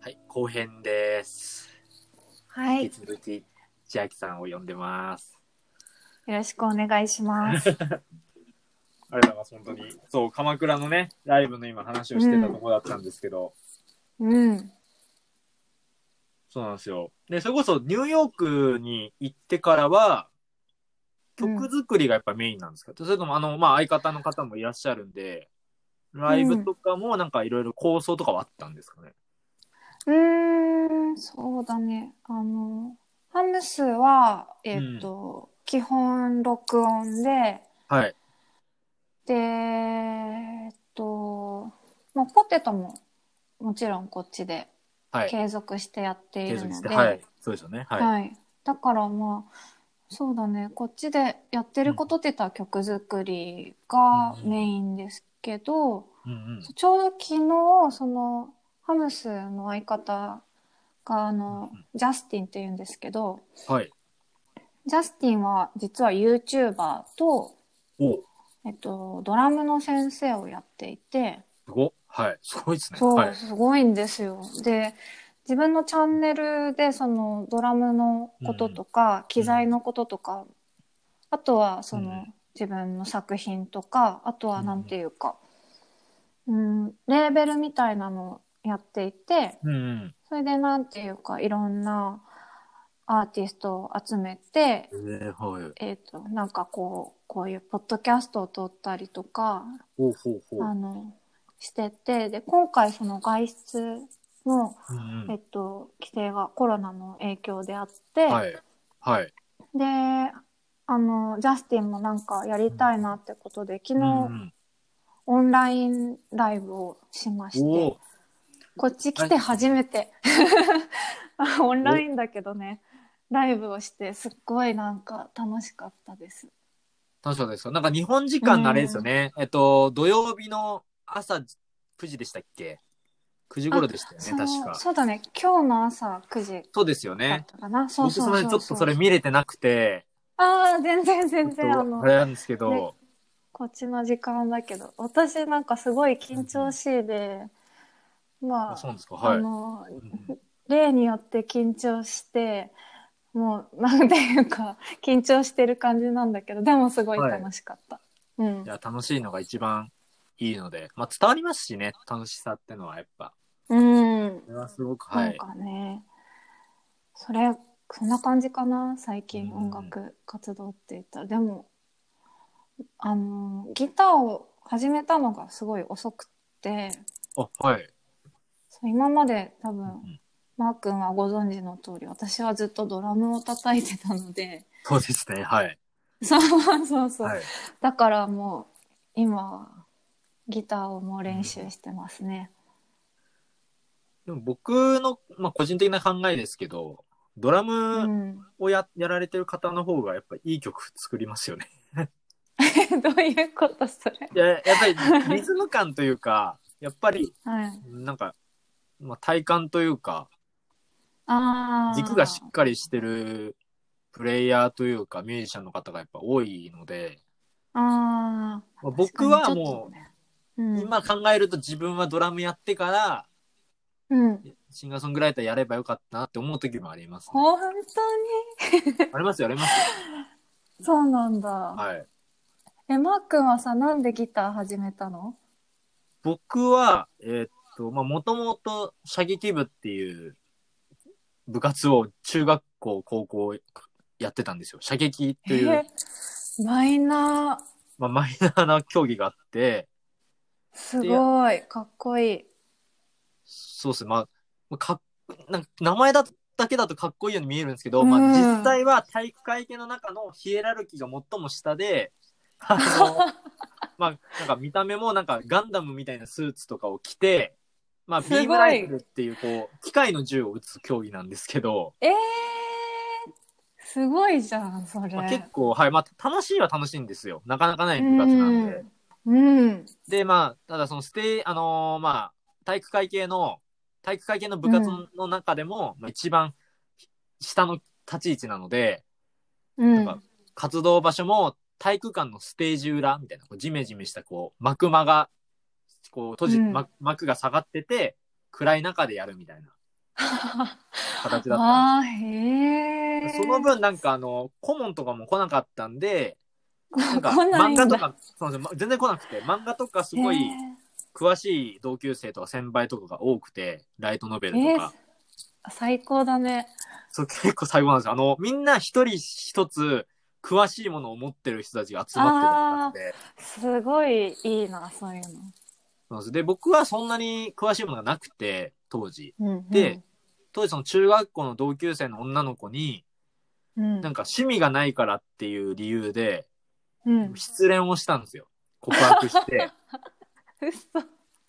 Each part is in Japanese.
はい、後編です。は引いき。続き、千秋さんを呼んでます。よろしくお願い します。ありがとうございます、本当に。そう、鎌倉のね、ライブの今話をしてたとこだったんですけど、うん。そうなんですよ。で、それこそニューヨークに行ってからは、曲作りがやっぱメインなんですか、それとも、あの、まあ、相方の方もいらっしゃるんで、ライブとかもなんかいろいろ構想とかはあったんですかね。うーん、そうだね。あの、ハムスは、えっ、と、基本録音で、はい。で、えっと、まあ、ポテトも、もちろんこっちではい。継続してやってい継る続のして。で、はい。そうですよね。はい。はい。だからまあ、そうだね。こっちでやってることって言ったら曲作りがメインですけど、うんうん。ちょうど昨日、その、ハムスの相方が、あのうんう、ジャスティンって言うんですけど、はい。ジャスティンは実は YouTuber と、おすえっと、ドラムの先生をやっていて、ごっはい。すごいですね。はそう、い。すごいんですよ。で、自分のチャンネルで、その、ドラムのこととか、機材のこととか、あとは、そうんうの、自分の作品とか、あとは、なんていうか、うん、レーベルみたいなのをやっていて、うんうん。それでなんていうかいろんなアーティストを集めて、えー、はい。えっとなんかこうこういうポッドキャストを撮ったりとかほうほうほう。あのしててで今回その外出の、うんえうっと規制がコロナの影響であって、ん。はい。はい。であのジャスティンもなんかやりたいなってことで昨う日、んうん。オンラインライブをしましおてお。こっち来て初めて、 あオンラインだけどねライブをしてすっごいなんか楽しかったです楽しかったですよ。なんか日本時間のあれですよね。えっと、土曜日の朝9時でしたっけ ?9 時頃でしたよね、その確か。そうだね今日の朝9時そうですよだっね。たかな、そう僕そうすみそまうせん、ちょっとそれそう見れてなくて、ああ全然ちょ全っと然あのあれなんですけど、こっちの時間だけど私なんかすごい緊張しいで、まああそうなんですか、あはい。うんのうん例によって緊張してもうなんていうか緊張してる感じなんだけどでもすごい楽しかった、うんいや、楽しいのが一番いいので、まあ伝わりますしね、楽しさってのはやっぱ。うんそれはすごく、はなんい。かね、それそんな感じかな最近うん音楽活動って言ったら、でもあのギターを始めたのがすごい遅くてあ、はい。そう今まで多分、うんマー君はご存知の通り私はずっとドラムを叩いてたので そうですね、はい。そうそうそう、はい。だからもう今はギターをもう練習してますね。でも僕の、まあ個人的な考えですけど、ドラうムん、 をややられてる方の方がやっぱいい曲作りますよね。どういうことそれ、いや、やっぱ りリズム感というか、やっぱり、はい、なんか、まあ、体感というか、あー軸がしっかりしてるプレイヤーというか、ミュージシャンの方がやっぱ多いので、あまあー僕はもう、う、今考えると自分はドラムやってから、うん、うん、シンガーソングライターやればよかったなって思う時もあります、ね。本当にありますよ、ありますよ。そうなんだ、はい。えマー君はさなんでギター始めたの僕は、えーっと、まあ、もともと射撃部っていう部活を中学校、高校やってたんですよ。射撃という。えマイナーまあ、マイナーな競技があって、すごいかっこいいそうですね、まあ、かっなんか名前だだけだとかっこいいように見えるんですけど、まあ、うん実際は体育会系の中のヒエラルキーが最も下 で、あのまあ、なんか見た目もなんかガンダムみたいなスーツとかを着て、まあ、ビすごいームライフルっていうこう機械の銃を撃つ競技なんですけど、えー、すごいじゃんそれ、まあ、結構、はいまあ、楽しいは楽しいんですよなかなかない部活なんで。うん、うん、で、まあ、ただそのステイ、あのーまあ、体育会系の、体育会系の部活の中でも、まあ、一番下の立ち位置なので、うんなんか活動場所も体育館のステージ裏みたいな、こうジメジメしたこう幕間が、こう閉じ、うんま幕が下がってて、暗い中でやるみたいな形だったんああ、へでえ。す。その分なんかあの、顧問とかも来なかったんで、なんか 来ない漫んだ画とか、そうなんですよ全然来なくて、漫画とかすごいへ詳しい同級生とか先輩とかが多くて、ライトノベルえとえか。最高だね。そう、結構最後なんですよ。あの、みんな一人一つ詳しいものを持ってる人たちが集まってたりとかしてすごいいいな、そういうそうなんです。で、僕はそんなに詳しいものがなくて、当時。の。うん、で、当時その中学校の同級生の女の子に、うん、なんか趣味がないからっていう理由で、うん、失恋をしたんですよ。告白して。嘘そう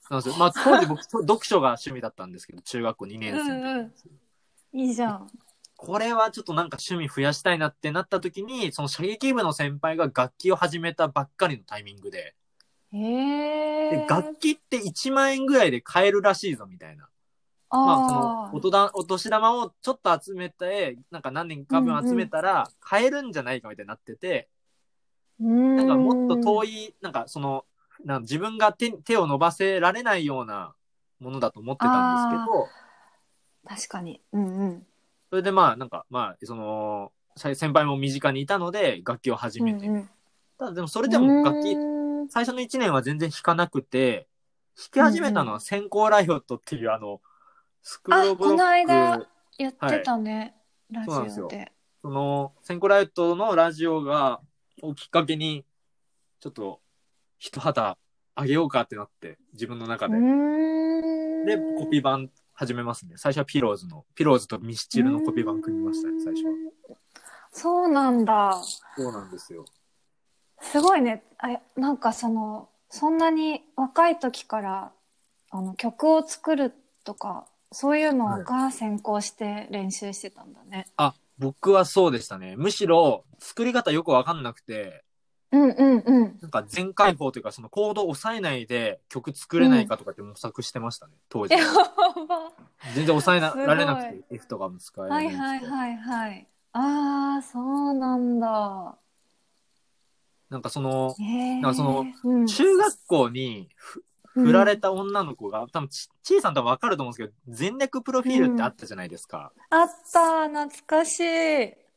なんですよ。まあ当時僕、読書が趣味だったんですけど、中学校2年生の時。うんうんいいじゃん。これはちょっとなんか趣味増やしたいなってなった時に、その射撃部の先輩が楽器を始めたばっかりのタイミングで、へえで。楽器って1万円ぐらいで買えるらしいぞみたいな。まあそのあおとだお年玉をちょっと集めて、なんか何年か分集めたら買えるんじゃないかみたいになってて、ーうんなんかもっと遠い。い、なんかその、なんか自分が手手を伸ばせられないようなものだと思ってたんですけど、確かに。うんうん。それでまあなんかまあその、さ先輩も身近にいたので楽器を始めて、うんうんただでもそれでも楽器うーん最初の1年は全然弾かなくて、弾き始めたのは先行ライオットっていう、あの、スクールオブロック。あこの間やってたね、そうなんラですジよオで。その、先行ライオットのラジオが、をきっかけに、ちょっと、一旗あげようかってなって、自分の中で。で、コピーー版始めますね。最初はピローズの、ピローズとミスチルのコピー版組みましたね、最初は。。そうなんだ。そうなんですよ。すごいね。あなんかその、そんなに若い時から、あの、曲を作るとか、そういうのが先行して練習してたんだね。あ、僕はそうでしたね。むしろ、作り方よくわかんなくて、うんうんうん。なんか全開放というか、そのコードを抑えないで曲作れないかとかって模索してましたね、当時や。ば。全然抑えなすごいられなくて、F とかも使えなはいいしはいはいはい。ああ、そうなんだ。なんかその、へえ。なんかそのうん、中学校にふ振られた女の子が、多分ち、ちいさん多分わかると思うんですけど、全略プロフィールってあったじゃないですか。あった、懐かしい。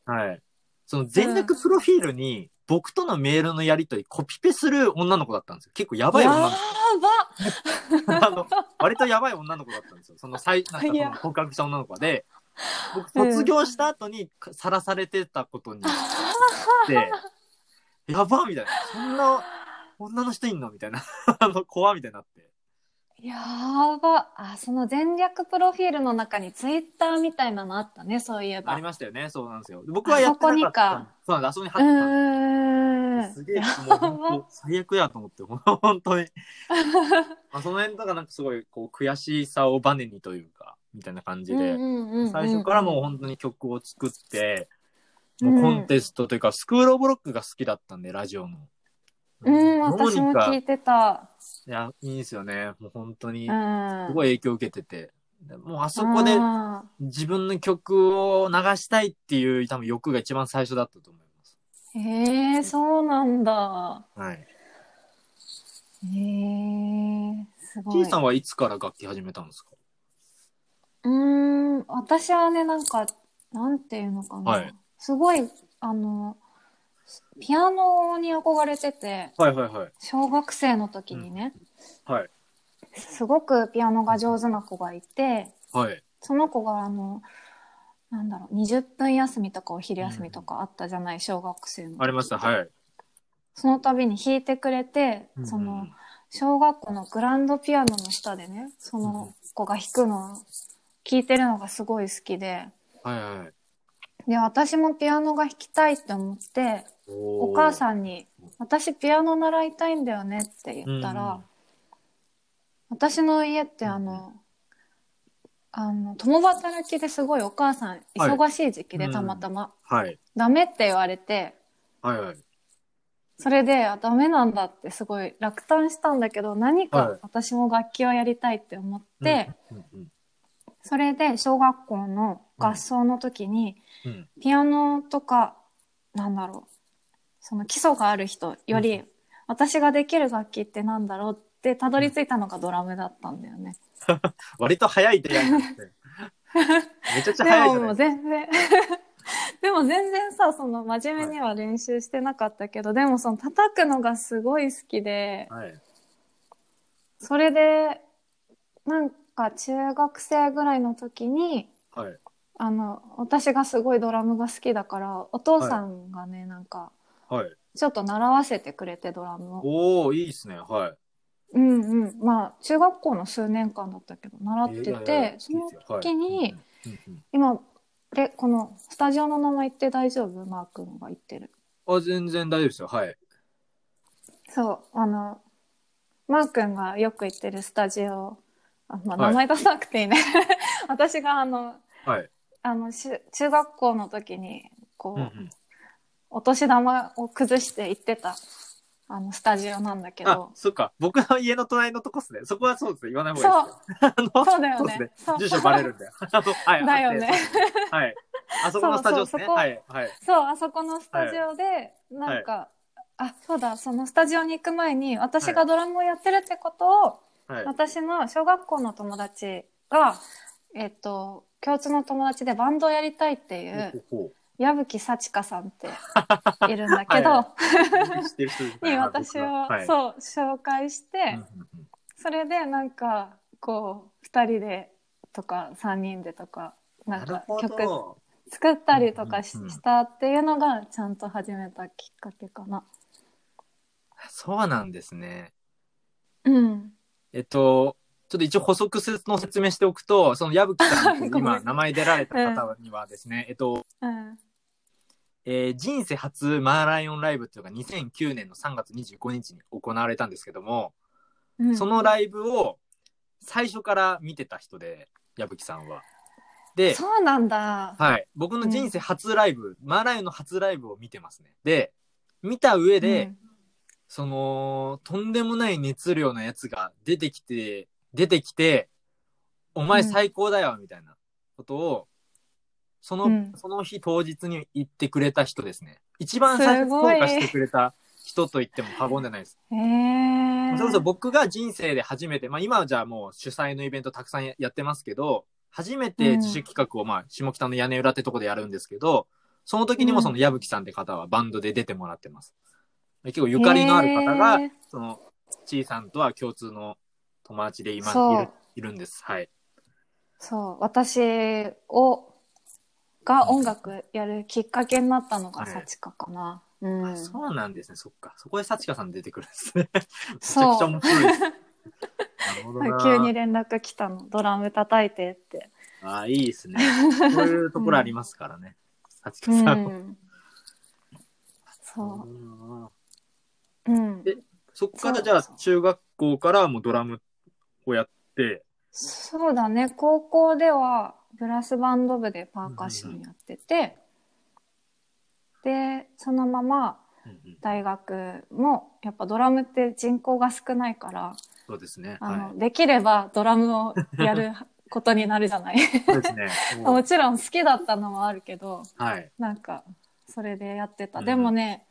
はい。その全略プロフィールに、僕とのメールのやりとりコピペする女の子だったんですよ。結構やばいや女のば子。 あの、割とやばい女の子だったんですよ。その最、なんかそいやの告白した女の子で、僕うん卒業した後にかさらされてたことに、で、やばみたいな。そんな女の人いんのみたいな。 あの、怖みたいになって。やばあその全略プロフィールの中にツイッターみたいなのあったねそういえばありましたよね。そうなんですよ。僕はやってなかったん。そうなんです。あそこに貼うってたんでーす。んすげえ、もう本当、最悪やと思って、ほん本当に。まあ、その辺とかなんかすごい、こう、悔しさをバネにというか、みたいな感じで。最初からもう本当に曲を作って、うんもうコンテストというか、スクールオブロックが好きだったんで、ラジオの。うん、どう私もにか聞いてた。いや、いいんですよね。もう本当にう、ん。すごい影響を受けてて。でもうあそこであ自分の曲を流したいっていう多分欲が一番最初だったと思います。ー。へえ、そうなんだ。はい。へえ、すご T い。さんはいつから楽器始めたんですかうーん、私はね、なんか、なんていうのかな。はいすごい、あの、ピアノに憧れてて、はいはいはい。小学生の時にね、はい。すごくピアノが上手な子がいて、はい。その子があの、なんだろう、20分休みとかお昼休みとかあったじゃない、小学生の。ありました。はい。その度に弾いてくれて、そうんうんうのん、小学校のグランドピアノの下でね、その子が弾くのを聞いてるのがすごい好きで、はいはい。で、私もピアノが弾きたいって思って、おお母んさんに、私ピアノ習いたいんだよねって言ったら、うん私の家ってあうんの、あの、共働きですごいお母さんはい忙しい時期うでんたまたま、はい。ダメって言われて、はいはい。それで、あ、ダメなんだってすごい落胆したんだけど、何はいか私も楽器をやりたいって思って、うんうんそれで小学校の合奏の時に、うん、ピアノとか、なんだろその基礎がある人より、私ができる楽器ってなんだろうってたどり着いたのがドラムだったんだよね。割と早い出会いになって。 めちゃくちゃで早いじもゃもなういで全然 でも全然さその真面目には練習してなかったけど、でもその叩くのがすごい好きですか。はい。それでなんか中学生ぐらいの時にはい。あの私がすごいドラムが好きだからお父さんがね、なんかはい。ちょっと習わせてくれてドラムを。おー、いいですね。はい。うんうん、まあ中学校の数年間だったけど習ってて、えーいやいやいやそのいいですよはい時にうんうんうん今でこのスタジオの名前言って大丈夫マー君が言ってるうんあ、全然大丈夫ですよ。はい。そうあのマー君がよく行ってるスタジオあ、まあ、は名い前出さなくていいね、 私があのはい。あのし中学校の時にこうう、んうんお年玉を崩して行ってたあのスタジオなんだけあど、そっか。僕の家の隣のとこっすね。そこはそうですね。言わない方がいいですそうね。 あのそうだよそうねですそう住所バレ るんで。あのはい。だよねはい。あそこのスタジオですね。そうそうそこはい。はい。そう、あそこのスタジオで、なんか、あ、そうだ、そのスタジオに行く前に、私がドラムをやってるってことを、はい。私の小学校の友達が、えっと、共通の友達でバンドをやりたいっていほう、うほ矢吹幸香さんって いるんだけど、は う知ってる人ですねにはい私を、はいそう、紹介して、うんうんうんそれでなんか、こう、二人でとか、三人でとか、なんなるかほ曲ど。作ったりとかし,、うんうんうんたっていうのがちゃんと始めたきっかけかな。そうなんですね。うん。えっと、ちょっと一応補足の説明しておくと、その矢吹さんと ごめん今名前出られた方にはですね、えっと、うん。えー人生初マーライオンライブっていうのが2009年の3月25日に行われたんですけども、うん、そのライブを最初から見てた人で、矢吹さんは。で、そうなんだ。はい、僕の人生初ライブ、マーライオンの初ライブを見てますね。で、見た上で、その、とんでもない熱量のやつが出てきて、出てきて、お前最高だよ、みたいなことを、その、うんその日当日に言ってくれた人ですね。一番最初す評ごい価してくれた人と言っても過言でないです。うん。へえ。それこそ僕が人生で初めて、まあ今はじゃあもう主催のイベントたくさんややってますけど、初めて自主企画をまあ下北の屋根裏ってとこでやるんですけど、その時にもその矢吹さんって方はバンドで出てもらってます。結構ゆかりのある方がへー、その、ちいさんとは共通の友達で今そういるいるんです。はい。そう、私を、が音楽やるきっかけになったのがはい幸香かな。うあん。そうなんですね。そっか。そこで幸香さん出てくるんですね。めちゃくちゃそ面う。白いです。なるほどな。 急に連絡来たの。ドラム叩いて って。ああ、いいですね。そういうところありますからね。幸う香さんも。ん。そうんう。うん。でそっからそうじゃあ中学校からもうドラムをやって、そうだね。高校ではブラスバンド部でパーカッションやってて、で、そのまま大学も、やっぱドラムって人口が少ないから、そうですね。あの、はできればドラムを やることになるじゃない。い。そうです ね。ももうちろん好きだったのもあるけど、はい。なんか、それでやってた。うんでもね、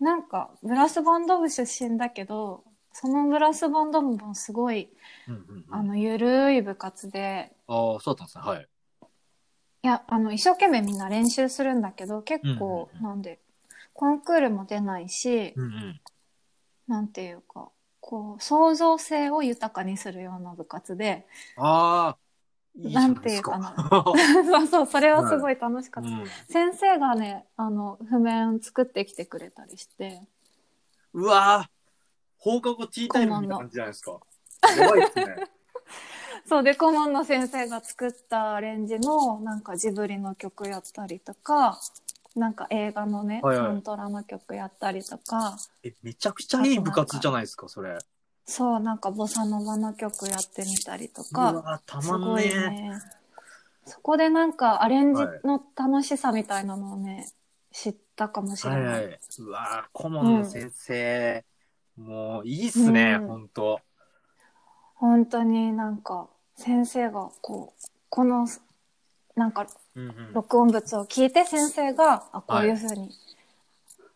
なんか、ブラスバンド部出身だけど、そのブラスバンド部もすごい、うんうんうんあの、ゆるい部活で、ああ、そうだったんですね。はい。いや、あの、一生懸命みんな練習するんだけど、結構、うんうんなんで、コンクールも出ないし、うんうん。なんていうか、こう、創造性を豊かにするような部活で、ああ、いいじゃなんないてでいうすかか。な。 そうそう、それはすごい楽しか うった。ん先生がね、あの、譜面作ってきてくれたりして、うわー放課後ティータイムみたいな感じじゃないですか。やばいですね。 そう、で、顧問の先生が作ったアレンジの、なんかジブリの曲やったりとか、なんか映画のね、はいはいサントラの曲やったりとか、え、めちゃくちゃいい部活じゃないですか、それ。そう、なんかボサノバの曲やってみたりとうか、わーたすまんごいね。ね。そこでなんかアレンジの楽しさみたいなのをね、知ったかもしれはないい。はい。うわー顧問の先生。もう、いいっすね、うんほんと。本当になんか先生がこう、この、なんかうんうん録音物を聞いて先生が、あ、こういうふうに、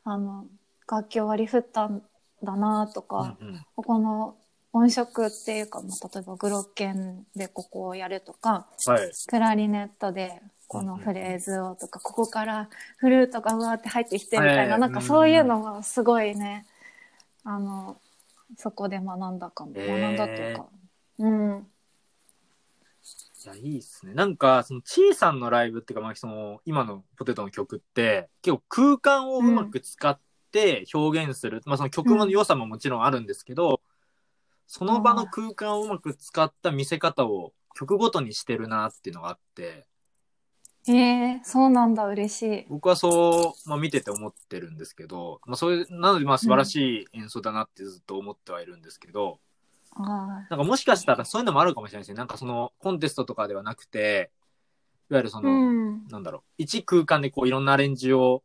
あの、楽器を割り振ったんだなとか、うんうんここの音色っていうか、まあ、例えばグロッケンでここをやるとかはい。クラリネットでこのフレーズをとか、ここからフルートがうわーって入ってきてみたいな、はいなんかそういうのがすごいね、あのそこで学んだかも、へー学んだっていうかうんいや、いいっすね。なんか、その、ちいさんのライブっていうか、まあ、その、今のポテトの曲って、結構空間をうまく使って表現する。まあ、その曲の良さももちろんあるんですけど、その場の空間をうまく使った見せ方を曲ごとにしてるなっていうのがあって、えー、そうなんだ嬉しい僕はそう、まあ、見てて思ってるんですけど、まあ、そういう、なので、まあ、素晴らしい演奏だなってずっと思ってはいるんですけど、あなんかもしかしたらそういうのもあるかもしれないですね。なんかそのコンテストとかではなくて、いわゆるそーうの、んなんだろう、一空間でこういろんなアレンジを、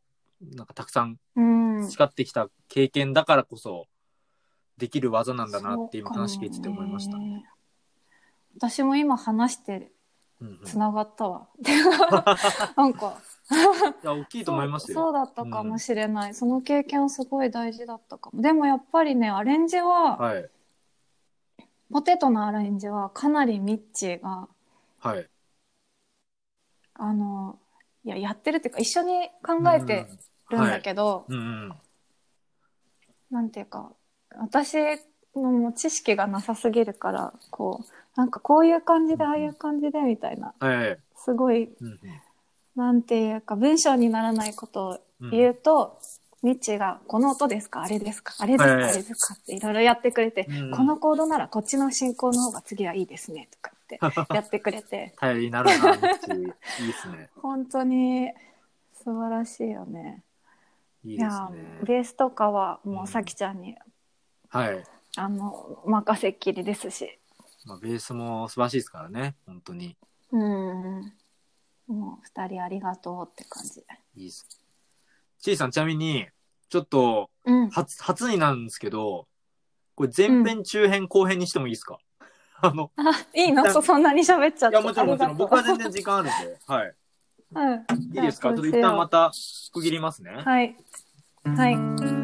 なんかたくさんうん培ってきた経験だからこそ、できる技なんだなって今話聞いてて思いました。そううんかもね私も今話してうん、いつながったわ、 なんかや、大きいと思いますそうよ。そうだったかもしれない、その経験はすごい大事だったかもでもやっぱりねアレンジは、はい。ポテトのアレンジはかなりミッチーがはい。あのいややってるっていうか一緒に考えてるんだけど、うんうん。なんていうか私のもう知識がなさすぎるからこうなんかこういう感じでうんああいう感じでみたいなはい。すごいうんなんていうか文章にならないことをうん言うと、ミッチーが、この音ですかあれですかあれですか、はいあれですかっていろいろやってくれて、うん、このコードならこっちの進行の方が次はいいですね、とかってやってくれて 頼りになるなっていう。いいですね。 本当に素晴らしいよね。いいいですや、ね。ベースとかはもうんうさきちゃんに、はい。あの、任せっきりですし、まあ、ベースも素晴らしいですからね。本当に。うん。もう二人ありがとうって感じ。いいです。ちいさん、ちなみに、ちょっと、うん。初、初になるんですけど、これ前編、中編、後編にしてもいいですか、 あの、あ、いいのそそんなに喋っちゃっいて。や、もちろんもちろん、僕はありが全然時間あるんで、はい。とううん。いいですかちょっと一旦また区切りますね。はい。はい。